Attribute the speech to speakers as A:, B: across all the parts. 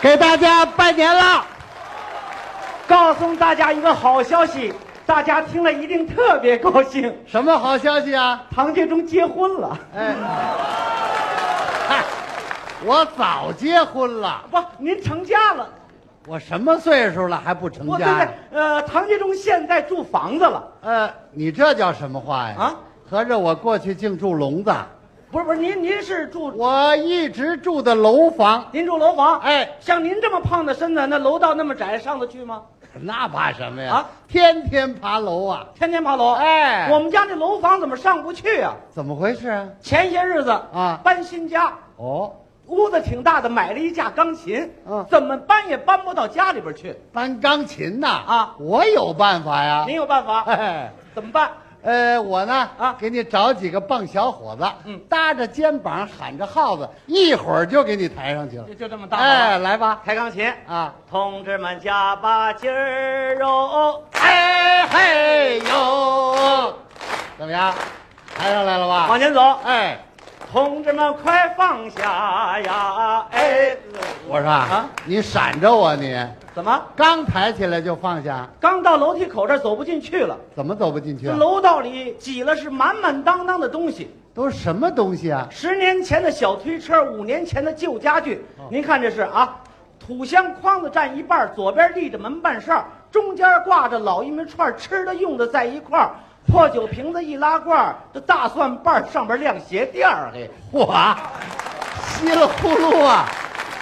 A: 给大家拜年了。
B: 告诉大家一个好消息，大家听了一定特别高兴。
A: 什么好消息啊？
B: 唐杰忠结婚了，
A: 哎，嗨，我早结婚了，
B: 不，您成家了。
A: 我什么岁数了还不成
B: 我对
A: 家呀
B: 对？，呃，唐杰忠现在住房子了，
A: 呃，你这叫什么话呀？
B: 啊，
A: 合着我过去净住笼子，
B: 不是不是，您您是住
A: 我一直住的楼房。
B: 您住楼房？
A: 哎，
B: 像您这么胖的身材，那楼道那么窄，上得去吗？
A: 那怕什么呀？
B: 啊
A: 天天爬楼啊！
B: 天天爬楼。
A: 哎
B: 我们家这楼房怎么上不去啊？
A: 怎么回事啊？
B: 前些日子
A: 啊
B: 搬新家，
A: 哦，
B: 屋子挺大的，买了一架钢琴，
A: 嗯
B: 怎么搬也搬不到家里边去。
A: 搬钢琴呐！
B: 啊
A: 我有办法呀。
B: 您有办法？
A: 哎，
B: 怎么办？
A: 呃，我呢
B: 啊
A: 给你找几个棒小伙子，
B: 嗯
A: 搭着肩膀喊着号子，一会儿就给你抬上去了
B: 就。就这么搭好
A: 哎，
B: 了。
A: 来吧，
B: 开钢琴，
A: 啊，
B: 同志们加把劲儿哦！
A: 哎嘿呦，怎么样？抬上来了吧？
B: 往前走，
A: 哎，
B: 同志们快放下呀！哎，
A: 我说啊
B: 啊，
A: 你闪着我你，
B: 怎么
A: 刚抬起来就放下，
B: 刚到楼梯口这儿走不进去了？
A: 怎么走不进去
B: 这
A: 啊？
B: 楼道里挤了是满满当当的东西，
A: 都是什么东西啊？
B: 十年前的小推车，五年前的旧家具。您看这是啊，土箱筐子占一半，左边立着门板扇，中间挂着老玉米串，吃的用的在一块儿。破酒瓶子一拉罐儿，这大蒜瓣儿上边晾鞋垫儿。嘿，
A: 嚯，稀里呼噜啊，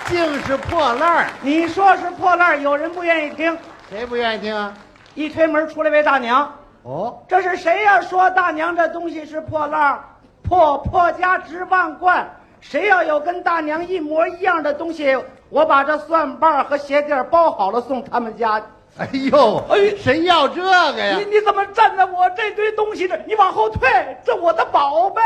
A: 竟是破烂儿，
B: 你说是破烂儿，有人不愿意听。
A: 谁不愿意听啊？
B: 一推门出来位大娘，
A: 哦，
B: 这是谁呀、说大娘这东西是破烂儿，破破家值万贯。谁要有跟大娘一模一样的东西，我把这蒜瓣儿和鞋垫儿包好了送他们家。
A: 哎呦，
B: 哎
A: 谁要这个哎呀
B: 你？你怎么站在我这堆东西这？你往后退，这我的宝贝。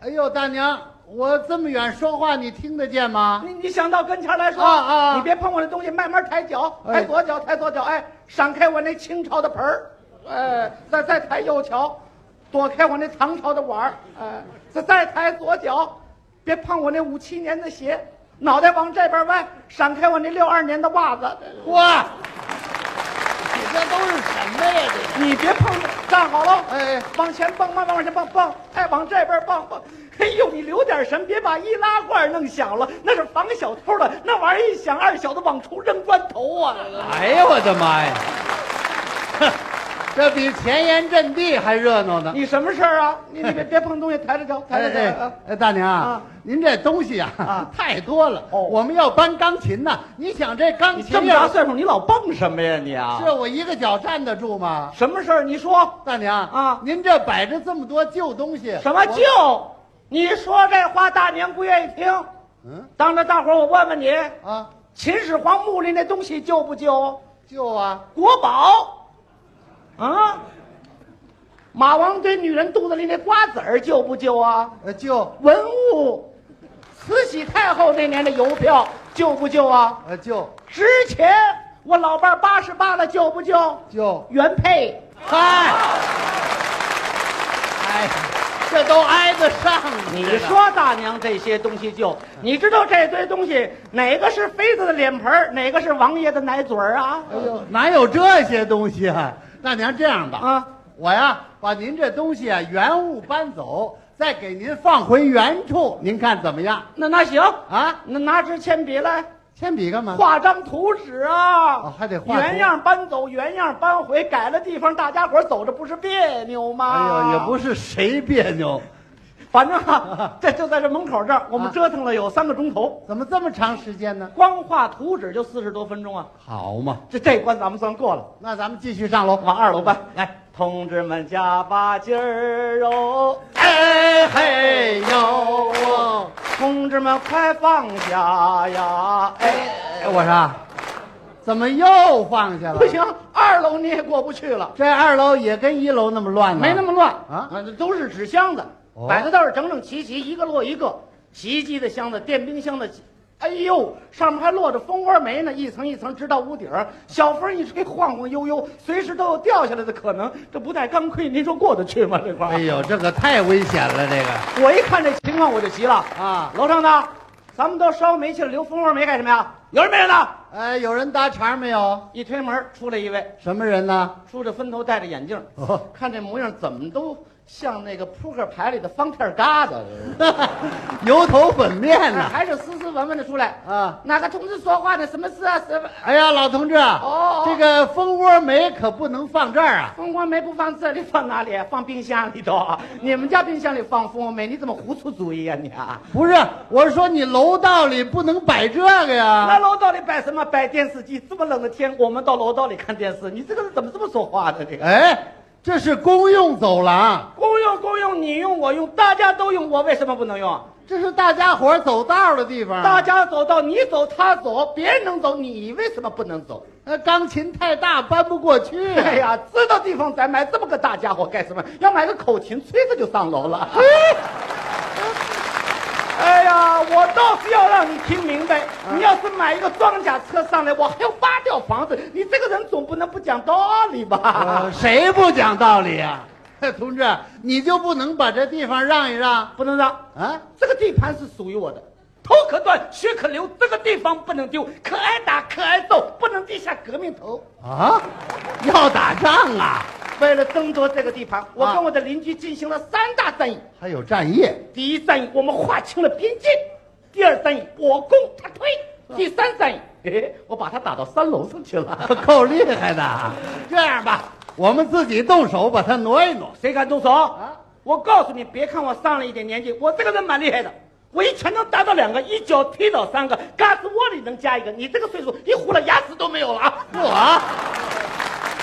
A: 哎呦，大娘，我这么远说话，你听得见吗？
B: 你你想到跟前来说，
A: 啊啊
B: 你别碰我这东西，慢慢抬脚，
A: 哎
B: 抬左脚，抬左脚，哎，闪开我那清朝的盆儿，哎，再再抬右脚，躲开我那唐朝的碗儿，哎，再再抬左脚，别碰我那五七年的鞋，脑袋往这边歪，闪开我那六二年的袜子，
A: 哇，你这都是什么呀？这
B: 你别碰我，站好喽，
A: 哎，
B: 往前蹦，慢慢往前蹦蹦，哎，往这边蹦蹦。哎呦，你留点神，别把易拉罐弄响了，那是防小偷的。那玩意儿一响，二小子往出扔砖头啊！这个
A: 哎呀，我的妈呀！哼 这比前沿阵地还热闹呢。
B: 你什么事儿啊？你你别别碰东西，抬着脚，抬着脚。啊
A: 哎，大娘啊
B: 啊，
A: 您这东西啊
B: 啊
A: 太多了。
B: 哦
A: 我们要搬钢琴呢，哎你想这钢
B: 你
A: 琴
B: 这么大
A: 要
B: 岁数，你老蹦什么呀你啊？
A: 是我一个脚站得住吗？
B: 什么事儿？你说
A: 大娘
B: 啊
A: 您这摆着这么多旧东西，
B: 什么
A: 我
B: 旧？你说这话，大娘不愿意听。
A: 嗯
B: 当着大伙儿，我问问你，
A: 啊，
B: 秦始皇墓里那东西旧不旧？
A: 旧啊，
B: 国宝，啊，马王堆女人肚子里那瓜子儿旧不旧啊？
A: 呃，旧，
B: 文物，慈禧太后那年的邮票旧不旧啊？
A: 呃，旧，
B: 值钱，我老伴儿八十八了，旧不旧？
A: 旧。
B: 原配，
A: 嗨，哎，这都挨得上呢
B: 你
A: 这个
B: 说大娘这些东西旧，你知道这堆东西哪个是妃子的脸盆儿，哪个是王爷的奶嘴儿啊？
A: 哎呦，哪有这些东西啊？大娘，这样吧，
B: 啊，
A: 我呀把您这东西啊原物搬走，再给您放回原处，您看怎么样？
B: 那那行，
A: 啊，
B: 那拿支铅笔来。
A: 铅笔干嘛？
B: 画张图纸啊，
A: 哦还得画图
B: 原样搬走，原样搬回，改了地方，大家伙儿走着不是别扭吗？
A: 哎呦，也不，是谁别扭，
B: 反正啊，这就在这门口这儿，我
A: 啊
B: 们折腾了有三个钟头，
A: 怎么这么长时间呢？
B: 光画图纸就四十多分钟啊，
A: 好嘛，
B: 这这关咱们算过了，
A: 那咱们继续上楼，
B: 往二楼搬。
A: 来。
B: 同志们加把劲儿哦，
A: 哎嘿呦，
B: 同志们快放下呀！哎，
A: 哎，我说，怎么又放下了？
B: 不行，，二楼你也过不去了，
A: 这二楼也跟一楼那么乱呢？
B: 没那么乱
A: 啊
B: 那都是纸箱子
A: 哦，
B: 摆的倒是整整齐齐，一个摞一个。洗衣机的箱子、电冰箱的，哎呦，上面还落着蜂窝煤呢，一层一层直到屋顶儿。小风一吹，晃晃悠悠，随时都有掉下来的可能。这不带钢盔，您说过得去吗？这
A: 哎
B: 块儿
A: 哎呦，这可太危险了，这个
B: 我一看这情况我就急了
A: 啊
B: 楼上的，咱们都烧煤去了，留蜂窝煤干什么呀？有人没人呢？
A: 哎，有人搭茬没有？
B: 一推门出来一位，
A: 什么人呢？
B: 梳着分头，戴着眼镜，
A: 哦
B: 看这模样怎么都像那个扑克牌里的方片疙瘩，
A: 油头粉面呢、
B: 还是斯斯文文的出来。
A: 啊！
B: 哪个同志说话呢？什么事啊？什么？
A: 哎呀，老同志啊，
B: 哦哦
A: 这个蜂窝煤可不能放这儿啊！
B: 蜂窝煤不放这里，放哪里啊？放冰箱里头啊！你们家冰箱里放蜂窝煤，你怎么胡出主意啊你啊？
A: 不是，我是说你楼道里不能摆这个
B: 那
A: 呀！
B: 楼道里摆什么？摆电视机？这么冷的天，我们到楼道里看电视，你这个人怎么这么说话呢？这个
A: 哎，这是公用走廊，
B: 公用公用，你用我用，大家都用，我为什么不能用？
A: 这是大家伙儿走道的地方。
B: 大家走道，你走他走，别人能走，你为什么不能走？
A: 那钢琴太大，搬不过去。
B: 哎呀，知道地方咱买这么个大家伙干什么？要买个口琴，吹着就上楼了。 哎呀，我倒是要让你听明白，
A: 嗯
B: 你要是买一个装甲车上来，我还要扒掉房子，你这个人总不能不讲道理吧
A: 呃，？谁不讲道理啊？ 同志，你就不能把这地方让一让
B: 不能让，
A: 啊？
B: 这个地盘是属于我的，头可断，血可流，这个地方不能丢，可挨打可挨揍，不能低下革命头。
A: 啊，要打仗啊？
B: 为了争夺这个地盘，我
A: 啊
B: 跟我的邻居进行了三大战役。
A: 还有战 役？
B: 第一战役我们划清了边界，第二战役我攻他退，第三战役，哎，我把他打到三楼上去了。
A: 够厉害的 啊。这样吧，我们自己动手把它挪一挪。
B: 谁敢动手？
A: 啊
B: 我告诉你，别看我上了一点年纪，我这个人蛮厉害的。我一拳能打倒两个，一脚踢倒三个，嘎子窝里能加一个。你这个岁数，一糊了牙齿都没有了啊！
A: 我，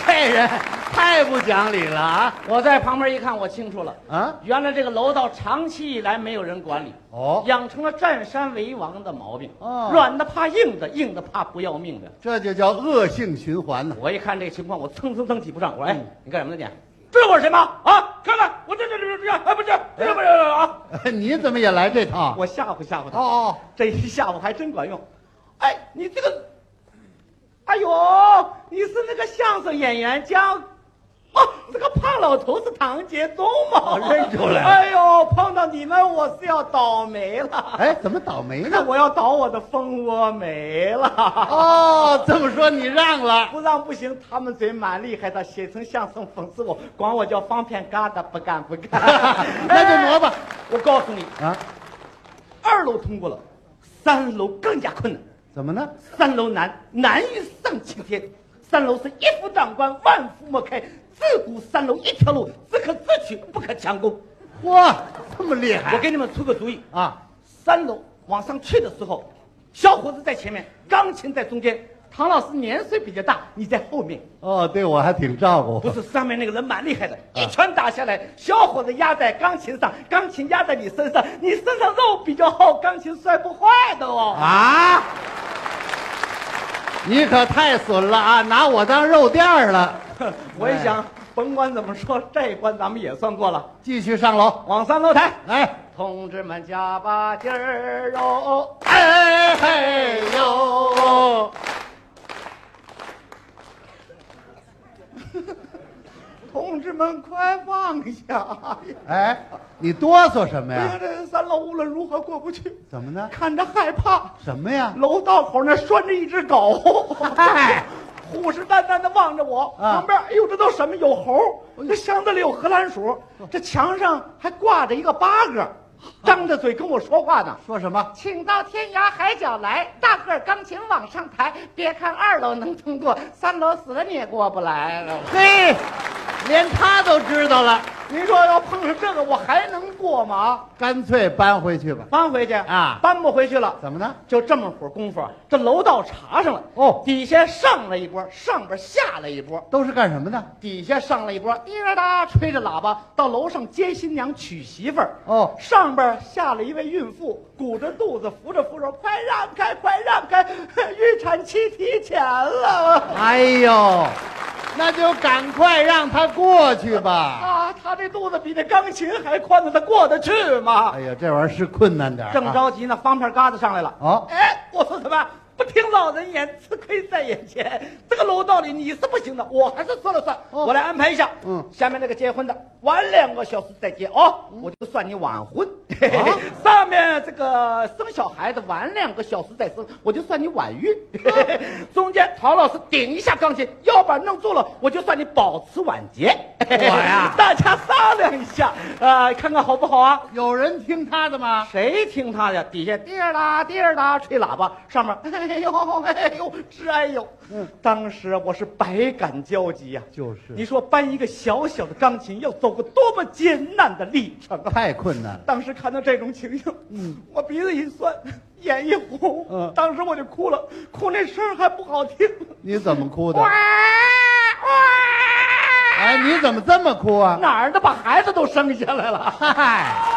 A: 这人太不讲理了啊！
B: 我在旁边一看，我清楚了
A: 啊
B: 原来这个楼道长期以来没有人管理，
A: 哦，
B: 养成了占山为王的毛病。
A: 哦
B: 软的怕硬的，硬的怕不要命的。
A: 这就叫恶性循环呢、
B: 我一看这情况，我蹭蹭蹭挤不上。我说：“哎，你干什么呢你？知道我是谁吗？啊，看看我这这这这这，哎，不是这这不是啊！
A: 你怎么也来这套？
B: 我吓唬吓唬
A: 哦
B: 他。
A: 哦，
B: 这一下午还真管用。哎，你这个，哎呦，你是那个相声演员家，哦，这个胖老头是唐杰忠吗？
A: 我认出来了
B: 哎呦，碰到你们我是要倒霉了。
A: 哎，怎么倒霉 呢？
B: 我要倒我的蜂窝煤了。
A: 哦，这么说你让了。。
B: 不让不行，他们嘴蛮厉害的，写成相声讽刺我，管我叫方片疙瘩，不干不干
A: 那就挪吧
B: 哎。我告诉你，
A: 啊，
B: 二楼通过了，三楼更加困难。
A: 怎么呢？
B: 三楼难，难于上青天。三楼是一夫当关，万夫莫开。自古三楼一条路，只可自取，不可强攻。
A: 哇，这么厉害！
B: 我给你们出个主意，
A: 啊，
B: 三楼往上去的时候，小伙子在前面，钢琴在中间。唐老师年岁比较大，你在后面。
A: 哦，对我还挺照
B: 不
A: 顾。
B: 是上面那个人蛮厉害的，一拳打下来，小伙子压在钢琴上，钢琴压在你身上，你身上肉比较厚，钢琴摔不坏的哦。
A: 啊，你可太损了啊！拿我当肉垫儿了。
B: 我一想，甭管怎么说，这一关咱们也算过了。
A: 继续上楼，
B: 往三楼抬，
A: 来，
B: 同志们加把劲儿哦哟！
A: 哎嘿呦，
B: 同志们快放下！
A: 哎，你哆嗦什么
B: 哎呀，
A: 呀？
B: 这三楼无论如何过不去，
A: 怎么呢？
B: 看着害怕。
A: 什么呀？
B: 楼道口那拴着一只 狗，
A: 嗨
B: 哎 虎视眈眈的望着我。
A: 啊
B: 旁边，哎呦，这都什么？有猴，这箱子里有荷兰鼠，这墙上还挂着一个八 哥，张着嘴跟我说话呢。
A: 说什么？
B: 请到天涯海角来，大个儿钢琴往上抬。别看二楼能通过，三楼死了你也过不来了。
A: 嘿，连他都知道了，
B: 您说要碰上这个，我还能过吗？
A: 干脆搬回去吧。
B: 搬回去
A: 啊
B: 搬不回去了。
A: 怎么呢？
B: 就这么会儿功夫啊，这楼道查上了
A: 哦
B: 底下上了一波，上边下了一波，
A: 都是干什么的？
B: 底下上了一波，滴啦哒吹着喇叭到楼上接新娘娶媳妇儿。
A: 哦
B: 上边下了一位孕妇，鼓着肚子扶着扶手，快让开，快让开， 预产期提前了。
A: 哎呦，那就赶快让他过去吧。
B: 啊，她这肚子比那钢琴还宽呢，她过得去吗
A: 哎？呀，这玩意儿是困难点儿啊、
B: 正着急呢，方片疙瘩上来了。
A: 哦
B: 哎，我说什么？不听老人言，吃亏在眼前。这个楼道里你是不行的，我还是说了算。
A: 哦
B: 我来安排一下，
A: 嗯
B: 下面那个结婚的晚两个小时再结哦，我就算你晚婚。
A: 啊
B: 上面这个生小孩的晚两个小时再生，我就算你晚孕。
A: 哦
B: 中间陶老师顶一下钢琴，要把弄住了，我就算你保持晚节。我
A: 呀
B: 大家商量一下，呃，看看好不好啊？
A: 有人听他的吗？
B: 谁听他的？底下滴儿啦滴儿啦吹喇叭，上面 哎呦哎呦直哎呦。
A: 嗯
B: 当时我是百感交集呀、
A: 就是
B: 你说搬一个小小的钢琴要走过多么艰难的历程啊！
A: 太困难了。
B: 当时看到这种情形，
A: 嗯
B: 我鼻子一酸，眼一红，
A: 嗯
B: 当时我就哭了，哭那声儿还不好听，
A: 你怎么哭的
B: 哇？哇，
A: 哎，你怎么这么哭啊？
B: 哪儿的把孩子都生下来了。
A: 嗨。